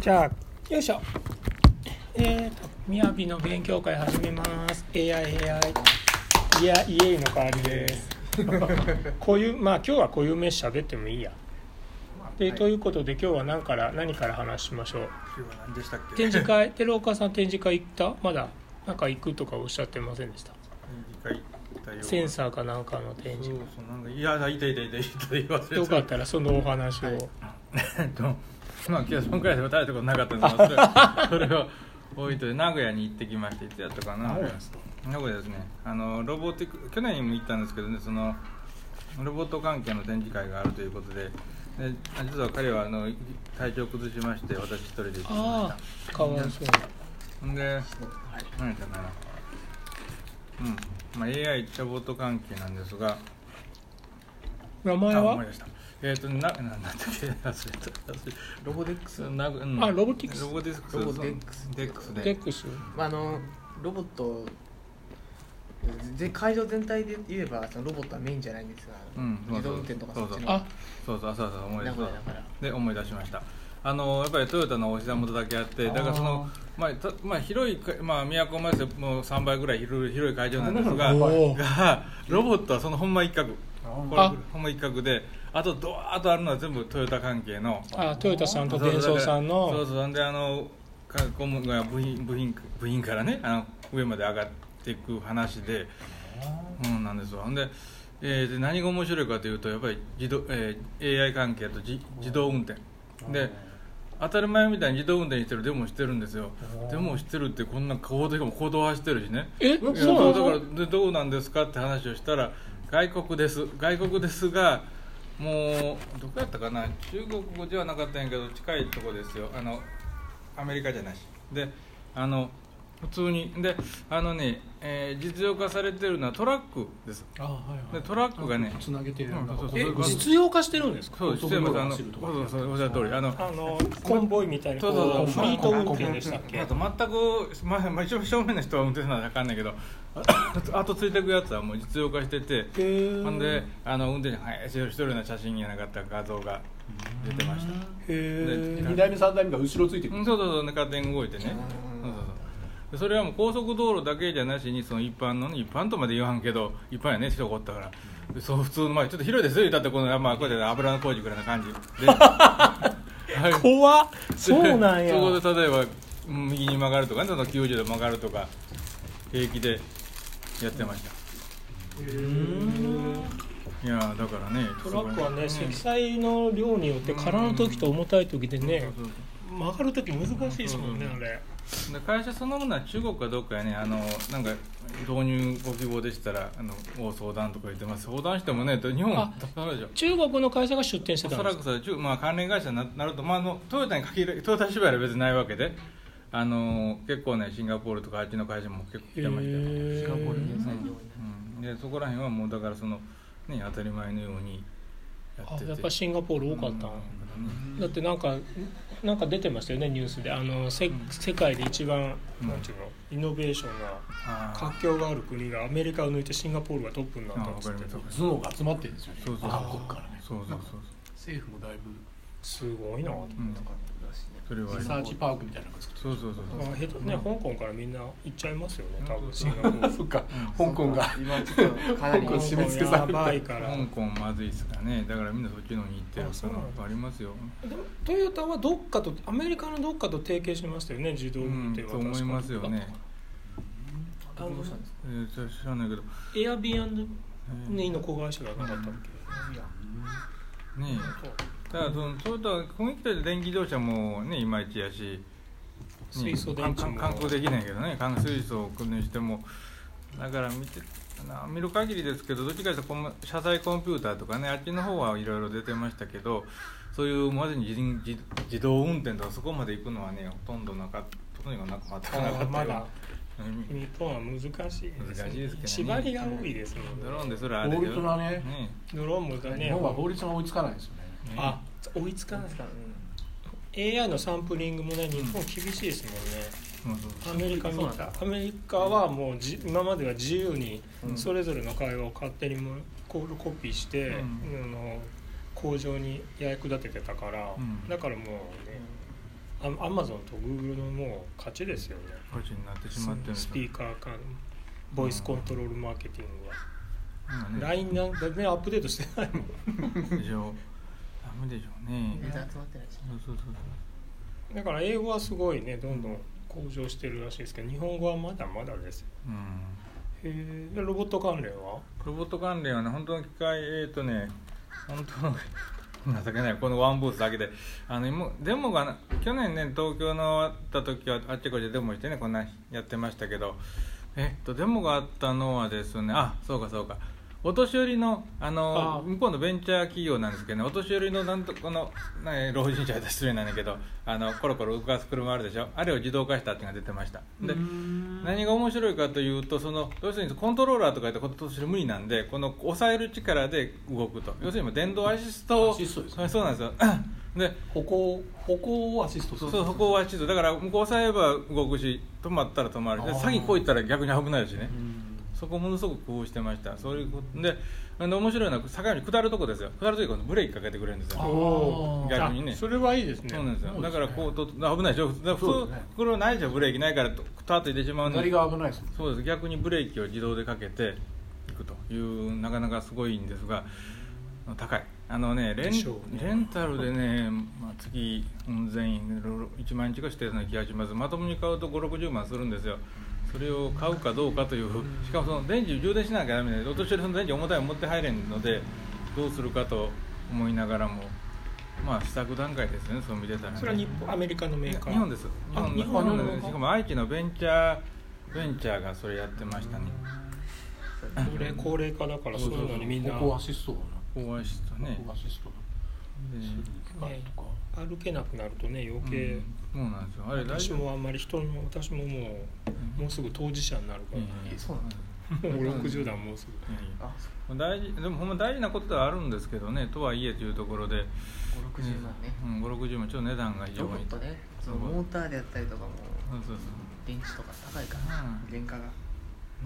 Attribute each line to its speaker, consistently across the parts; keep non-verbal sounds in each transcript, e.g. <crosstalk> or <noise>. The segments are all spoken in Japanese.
Speaker 1: じゃあよいしょえーと「みやびの勉強会」始めます AIAI いやイエーイの代わりですこういうまあ今日はこういう名詞喋ってもいいやで、ということで今日は何から何から話しましょう
Speaker 2: 今日は何でしたっけ
Speaker 1: 展示会寺岡さん展示会行ったまだなんか行くとかおっしゃってませんでした
Speaker 2: 展示会行ったよ
Speaker 1: センサーかなんかの展示
Speaker 2: そうそうなんかいやいたいたいたいた言わせ
Speaker 1: 会よかったらそのお話を、
Speaker 2: えっとまあ今日そんくらいしか食べたことなかったんですけどそれそれを置いといて名古屋に行ってきましていつやったかな
Speaker 1: 名古屋です
Speaker 2: 名古屋ですねあのロボティク去年も行ったんですけどねそのロボット関係の展示会があるということでで実は彼はあの体調崩しまして私一人で行ってきました
Speaker 1: ああかわいそうな
Speaker 2: ほんで、何やったかな、うんまあ、AI チャボット関係なんですが、
Speaker 1: 名
Speaker 2: あ
Speaker 1: 前
Speaker 2: 思
Speaker 1: はい
Speaker 2: 出したえっ、と、な、ななんだっけ、忘れた、忘れた
Speaker 3: ロボデックス
Speaker 2: なうん
Speaker 1: あロボティクス
Speaker 2: ロボディクス、
Speaker 3: ロボデックス
Speaker 2: そうデックス
Speaker 1: デ
Speaker 2: で
Speaker 1: ッ。クス
Speaker 3: まああのロボットで会場全体で言えばそのロボットはメインじゃないんですが、
Speaker 2: うんそうそう
Speaker 3: 自動運転とかそっちの
Speaker 1: あ
Speaker 2: そうそう、そうそう、思い出
Speaker 3: 名
Speaker 2: し
Speaker 3: 古屋だ
Speaker 2: た。
Speaker 3: から
Speaker 2: で、思い出しました。あの、やっぱりトヨタのお膝元だけあって、だから、その。まあ、たまあ、広いか、まあ、都町でもう3倍ぐらい広い広い会場なんですが <laughs>
Speaker 1: おー
Speaker 2: がロボットはそのほんま一角これ
Speaker 1: あ
Speaker 2: ほんま一角であとドワーッとあるのは全部トヨタ関係の
Speaker 1: あトヨタさんとデンソーさん
Speaker 2: そうそう
Speaker 1: の
Speaker 2: そうなんであのかゴムが部品部品部品からねあの上まで上がっていく話でうんなんですよほんで,、えーで何が面白いかというとやっぱり自動、えー AI 関係とじ自動運転で当たり前みたいに自動運転してるデモをしてるんですよデモをしてるってこんな行動も行動はしてるしね
Speaker 1: え
Speaker 2: いや
Speaker 1: そうな
Speaker 2: だ
Speaker 1: の
Speaker 2: からでどうなんですかって話をしたら外国です外国ですがもうどこやったかな中国語ではなかったんやけど近いとこですよあのアメリカじゃないしであの普通にであのね、えー実用化されてるのはトラックです
Speaker 4: あはいはい
Speaker 2: でトラックがね
Speaker 4: つなげてる
Speaker 2: うんそうそう
Speaker 1: え
Speaker 2: そう
Speaker 1: 実用化してるんですか
Speaker 2: そうしてますあの
Speaker 4: 高
Speaker 2: そう
Speaker 4: 速道路を走るとか
Speaker 2: そうそうおっしゃる通りあの
Speaker 1: あのコンボイみたいな
Speaker 2: そう
Speaker 1: こ
Speaker 2: そうう
Speaker 1: フ
Speaker 2: そ
Speaker 1: リ
Speaker 2: う
Speaker 1: ート運転でしたっけ
Speaker 2: あと全く、まあ、まあ一応正面の人は運転するのはあかんねんけどあとついてくやつはもう実用化しててほんであの運転手はい一人の写真にはなかった画像が出てました
Speaker 1: へえ
Speaker 2: で
Speaker 4: 2台目3台目が後ろついてく
Speaker 2: う
Speaker 4: る
Speaker 2: んそうそうそうで勝手に動いてねそうそうそうでそれはもう高速道路だけじゃなしにその一般のね一般とまで言わんけど一般やね人がおったからでそう普通のまあちょっと広いですよ言ったってこの、まあ、こうやって油の工事ぐらいな感じ <laughs> ではい
Speaker 1: 怖っそうなん <laughs> や
Speaker 2: そこで例えばうん右に曲がるとかねその90度曲がるとか平気でやってましたいやーだからね
Speaker 1: トラックはね
Speaker 2: すごい
Speaker 1: 積載の量によって空の時と重たい時でね
Speaker 2: そうそう
Speaker 1: 曲がる時難しいですもんねあれ
Speaker 2: そうで会社そのものは中国かどうかやねあのなんか導入ご希望でしたらあのご相談とか言ってます相談してもね日本
Speaker 1: あ
Speaker 2: はダメでしょ
Speaker 1: 中国の会社が出店して
Speaker 2: お
Speaker 1: た
Speaker 2: そ
Speaker 1: んで
Speaker 2: ら
Speaker 1: す
Speaker 2: く
Speaker 1: か
Speaker 2: それ中まあ、関連会社にななると、まあ、あのトヨタに限らトヨタ縛りは別にないわけで、あの結構ねシンガポールとかあっちの会社も結構来てましたよ、
Speaker 1: へ
Speaker 3: シンガポール
Speaker 1: ー
Speaker 3: 原産業に
Speaker 2: うん、でそこら辺はもうだからその、ね、当たり前のようにやっ
Speaker 1: あ
Speaker 2: てて
Speaker 1: やっぱシンガポール多かった
Speaker 2: うん
Speaker 1: だってなんかなんか出てましたよねニュースであのせ世界で一番
Speaker 2: うん
Speaker 1: なんていうのイノベーションが
Speaker 2: あー
Speaker 1: 活況がある国がアメリカを抜いてシンガポールがトップにな
Speaker 2: あ
Speaker 1: ったん
Speaker 2: ー
Speaker 1: で
Speaker 2: わ
Speaker 1: す
Speaker 2: か
Speaker 1: っ
Speaker 2: りま
Speaker 1: て
Speaker 2: した
Speaker 4: 頭脳が集まってるんですよね
Speaker 2: そうそうそう
Speaker 4: 各国からね
Speaker 2: そうそうそう
Speaker 4: 政府もだいぶ
Speaker 1: すごいなと思って、
Speaker 2: うんそれはあ
Speaker 4: リ
Speaker 2: り
Speaker 4: サ
Speaker 2: ま
Speaker 4: ー
Speaker 2: す
Speaker 4: チパークみたいなのが作って
Speaker 2: そうそうそう
Speaker 1: まあ、下手ね香港からみんな行っちゃいますよね多分シンガポー
Speaker 2: <laughs>
Speaker 1: ル
Speaker 4: る <laughs> そっか香港が
Speaker 3: 今ちょっとかなり
Speaker 4: 香港締め付けされ
Speaker 1: や
Speaker 4: てる
Speaker 1: ばいから
Speaker 2: 香港まずいっすかねだからみんなそっちの方に行ってる
Speaker 1: あそうなん
Speaker 2: からありますよ
Speaker 1: でもトヨタはどっかとアメリカのどっかと提携しましたよね自動
Speaker 2: う
Speaker 1: 運
Speaker 2: ん
Speaker 1: 転は
Speaker 2: と思いますよね
Speaker 1: あの
Speaker 3: どうしたんですか
Speaker 2: えー、それは知らないけど、
Speaker 1: エアビーン
Speaker 2: えー
Speaker 1: ネイの子会社がなかったっ
Speaker 3: いや
Speaker 2: ねえただそのトヨタはコミュニティで電気自動車もねいまいちやし、
Speaker 1: け、水素電池
Speaker 2: 観
Speaker 1: も
Speaker 2: 観光できないけどね観水素を訓練してもだから見てな見る限りですけどどっちかというとこの車載コンピューターとかねあっちの方はいろいろ出てましたけどそういうまでに自自自動運転とかそこまで行くのはねほとんどなかったとにかくなかったなか
Speaker 1: あー
Speaker 2: った
Speaker 1: ま
Speaker 2: よ
Speaker 1: だ
Speaker 2: うん
Speaker 1: 日本は難しいですね
Speaker 2: 難しいですけどね
Speaker 1: 縛りが多いです
Speaker 2: ド
Speaker 1: もん
Speaker 2: ローン
Speaker 1: ね
Speaker 2: ですらあれ
Speaker 4: 法律はね
Speaker 1: ドローンもだ
Speaker 4: 日
Speaker 1: ね
Speaker 4: 本は法律が追いつかないですよね
Speaker 1: あ追いつかない
Speaker 3: ですからうん、
Speaker 1: AI のサンプリングもね日本厳しいですもんね、
Speaker 2: そうそう
Speaker 1: アメリカみ
Speaker 3: そう
Speaker 1: たいアメリカはもうじ今までは自由に
Speaker 2: うん
Speaker 1: それぞれの会話を勝手にもコールコピーして、
Speaker 2: うん
Speaker 1: あの工場に役立ててたから、
Speaker 2: うん
Speaker 1: だからもうね、アアマゾンとグーグルのもう勝ちですよね
Speaker 2: 価値になってしまってるんです
Speaker 1: ス
Speaker 2: よ
Speaker 1: ピーカー間ボイスコントロールマーケティングは、
Speaker 2: 今ね
Speaker 1: LINE なんかねアップデートしてないもん
Speaker 2: でしょダメでしょうね
Speaker 3: データ集まってないし
Speaker 2: そうそうそう
Speaker 1: だから英語はすごいねどんどん向上してるらしいですけど日本語はまだまだですよ
Speaker 2: うん
Speaker 1: へえでロボット関連は
Speaker 2: ロボット関連はね本当の機械えっ、とね本当の <laughs> 情けないこのワンブースだけであの今デモがな去年ね東京のあった時はあっちこっちでデモしてねこんなやってましたけどえっとデモがあったのはですねあそうかそうかお年寄りのあ
Speaker 1: あ
Speaker 2: の向こうのベンチャー企業なんですけどねお年寄りのなんとこの、ね、老人者は失礼なんだけどあのコロコロ動かす車あるでしょあれを自動化したっていうのが出てましたで何が面白いかというとその要するにコントローラーとかやったら今年無理なんでこの抑える力で動くと要するに電動アシストを
Speaker 4: アシストですね
Speaker 2: はいそうなんですよで
Speaker 4: 歩行歩行をアシストす
Speaker 2: そう
Speaker 4: る
Speaker 2: 歩行アシストだから向こう押さえれば動くし止まったら止まるしで
Speaker 4: あー
Speaker 2: 詐欺こいたら逆に危ないしね
Speaker 4: うん
Speaker 2: そこものすごく工夫してましたそういうことであの面白いのは坂道下るとこですよ下るとこにブレーキかけてくれるんですよ
Speaker 4: あー
Speaker 1: おー
Speaker 2: 逆にね
Speaker 1: あそれはいいですね
Speaker 2: そうなんですよ
Speaker 4: そう
Speaker 2: だ
Speaker 4: ですね
Speaker 2: からこうと危ないでしょだから普
Speaker 4: そう
Speaker 2: 通、
Speaker 4: ですね
Speaker 2: これはないじゃんブレーキないからとターッといってしまうんで
Speaker 4: 左が危ないですもん
Speaker 2: そうです逆にブレーキを自動でかけていくというなかなかすごいんですが高いあのねレ
Speaker 1: で
Speaker 2: ン
Speaker 1: しょうね
Speaker 2: レンタルでね、まあ、月うん全員1万円近くしてるような気がしますまともに買うと560万するんですよそれを買うかどうかというしかもその電池充電しなきゃダメでお年寄りの電池重たいの持って入れんのでどうするかと思いながらもまあ試作段階ですよねそう見てたら、ね、
Speaker 1: それは日本アメリカのメーカー
Speaker 2: 日本です日
Speaker 1: あ
Speaker 2: 本
Speaker 1: 日
Speaker 2: の
Speaker 1: 本の
Speaker 2: 日本のしかも愛知のベンチャーベンチャーがそれやってましたね
Speaker 1: 高齢高齢化だからそういうのにみんな
Speaker 4: 歩行アシストだな
Speaker 2: 大足と
Speaker 4: 歩
Speaker 2: ね
Speaker 4: 行アシストだな
Speaker 1: ね
Speaker 4: とか
Speaker 1: 歩けなくなるとね余
Speaker 2: で
Speaker 1: 計、
Speaker 2: うんそうなんですよあれ大
Speaker 1: 私
Speaker 2: 丈夫
Speaker 1: もあんまり人の私ももうもうすぐ当事者になるか
Speaker 2: ええ
Speaker 3: そうなんだ
Speaker 1: ら、もう60代もうすぐ
Speaker 2: いやいや
Speaker 3: あそう
Speaker 2: 大事でもほんま大事なことではあるんですけどねとはいえというところで、
Speaker 3: 560万ね
Speaker 2: うん、560万ちょっと値段が非常
Speaker 3: ロボ
Speaker 2: に
Speaker 3: ットねその
Speaker 2: ロボット
Speaker 3: モーターであったりとかも
Speaker 2: そうそうそう
Speaker 3: 電池とか高いからな
Speaker 2: うん
Speaker 3: 原価が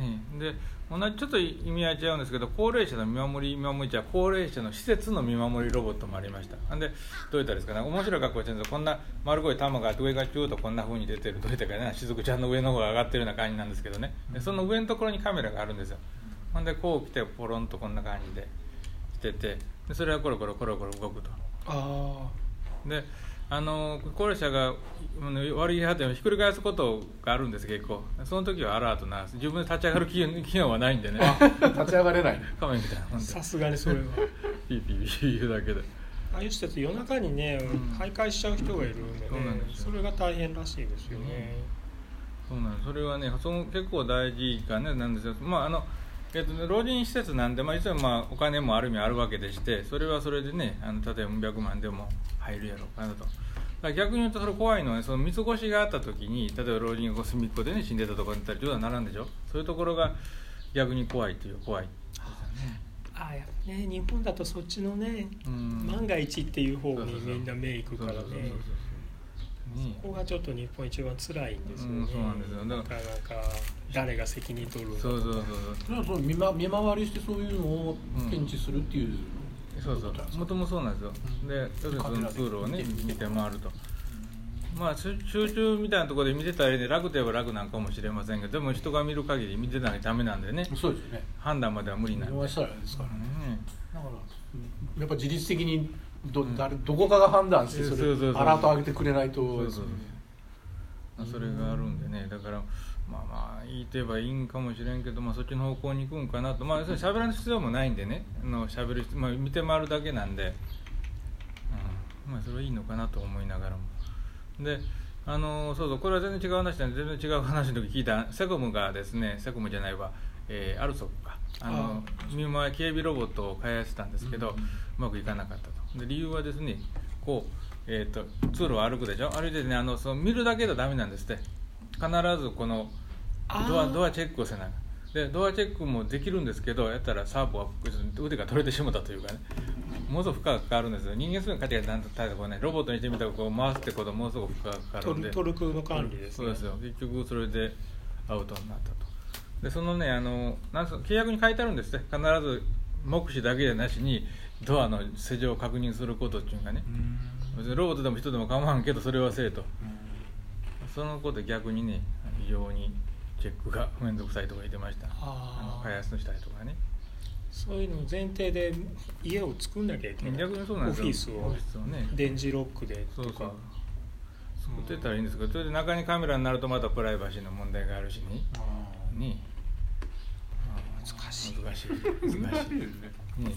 Speaker 2: ねで同じちょっと意味合い違うんですけど高齢者の見守り見守りじゃ高齢者の施設の見守りロボットもありましたなんでどういったらいいですかね面白い格好してるんですよこんな丸ごい玉が上がちゅーっとこんな風に出てるどういったかね雫ちゃんの上の方が上がってるような感じなんですけどねでその上のところにカメラがあるんですよほんでこう来てポロンとこんな感じでしててでそれがコロコロコロコロ動くと
Speaker 1: あ
Speaker 2: であの高齢者があの悪い発展をひっくり返すことがあるんです結構その時はアラートなんです自分で立ち上がる機能機能はないんでね
Speaker 4: 立ち上がれない
Speaker 2: カメみたいなも
Speaker 1: あ
Speaker 2: んで
Speaker 1: さすがにそ
Speaker 2: <laughs>
Speaker 1: れは
Speaker 2: ピーピーピー言うだけで
Speaker 1: ああいう施設夜中にね
Speaker 2: うん
Speaker 1: 徘徊しちゃう人がいるんでね
Speaker 2: そうなんですよ
Speaker 1: それが大変らしいですよね、
Speaker 2: そうなんですそれはねその結構大事かねなんですよまああのえっとね、老人施設なんで、まあ、いつもまあお金もある意味あるわけでしてそれはそれでねあの例えば400万でも入るやろうかなとだから逆に言うとそれ怖いのは、ね、その見過ごしがあった時に例えば老人がこう隅っこでね死んでたとこに行ったら冗談ならんでしょそういうところが逆に怖いという怖い
Speaker 1: ああやっぱね日本だとそっちのね
Speaker 2: うん
Speaker 1: 万が一っていう方
Speaker 2: そう
Speaker 1: に
Speaker 2: そうそう
Speaker 1: みんな目いくからね
Speaker 2: そうそうそうそうね
Speaker 1: ここがちょっと日本一番辛いんですよね、
Speaker 2: うんそうなんですよだ
Speaker 1: な
Speaker 2: か
Speaker 1: かなか誰が責任取るのか
Speaker 2: そうそうそう
Speaker 4: それはその見,、ま、見回りしてそういうのを検知するっていう、
Speaker 2: そうそうそうもともそうなんですよでそれぞれの通路をね見て回るとまあ集集中みたいなところで見てたら、ね、楽といえば楽なんかもしれませんけどでも人が見る限り見てなきゃダメなんでね
Speaker 4: そうですよね
Speaker 2: 判断までは無理
Speaker 4: 見
Speaker 2: なんで、
Speaker 4: 回したらあれですからね
Speaker 2: ね
Speaker 4: だからやっぱ自律的にど,、誰どこかが判断してそ
Speaker 2: そうそうそう
Speaker 4: れ
Speaker 2: そう
Speaker 4: アラート上げてくれないと
Speaker 2: そうそうそうそれがあるんでねだからまあまあ言いてえばいいんかもしれんけど、まあ、そっちの方向に行くんかなとまあそれ喋らん必要もないんでねあの喋る必、まあ、見て回るだけなんで、うん、まあそれはいいのかなと思いながらもであのそうそうこれは全然違う話なんで全然違う話の時聞いたセコムがですねセコムじゃないわ、えーアルソックかあの見回り警備ロボットを開発したんですけど、うまくいかなかったとで理由はですねこう、えー、と通路を歩くでしょ歩いててねあのその見るだけじゃダメなんですって必ずこのドアドアチェックをせなでドアチェックもできるんですけどやったらサーブは腕が取れてしまったというかねものすごく負荷がかかるんですよ人間すぐ価値がなんと高いところねロボットにしてみたらこう回すってことはものすごく負荷がかか
Speaker 1: ト
Speaker 2: るん
Speaker 1: ル
Speaker 2: で
Speaker 1: トルクの管理です
Speaker 2: そ
Speaker 1: ね
Speaker 2: うですよ結局それでアウトになったとでそのねあのなんす契約に書いてあるんですね必ず目視だけじゃなしにドアの施錠を確認することっていうのがね別にロボットでも人でも構わんけどそれはせえとそのこと逆にね非常にチェックが <laughs> 面倒くさいとか言ってましたあ
Speaker 1: あ
Speaker 2: の
Speaker 1: ー
Speaker 2: 開発の人やとかね
Speaker 1: そういうの前提で家を作んなきゃいけない
Speaker 2: 逆にそうなんですよ
Speaker 1: オフィスを
Speaker 2: オフィスをね
Speaker 1: 電磁ロックで
Speaker 2: そ
Speaker 1: と
Speaker 2: う
Speaker 1: か
Speaker 2: そう作ってたらいいんですけどそれで中にカメラになるとまたプライバシーの問題があるしねねあー難しい難しい
Speaker 1: <laughs>
Speaker 4: 難しいよね
Speaker 2: ね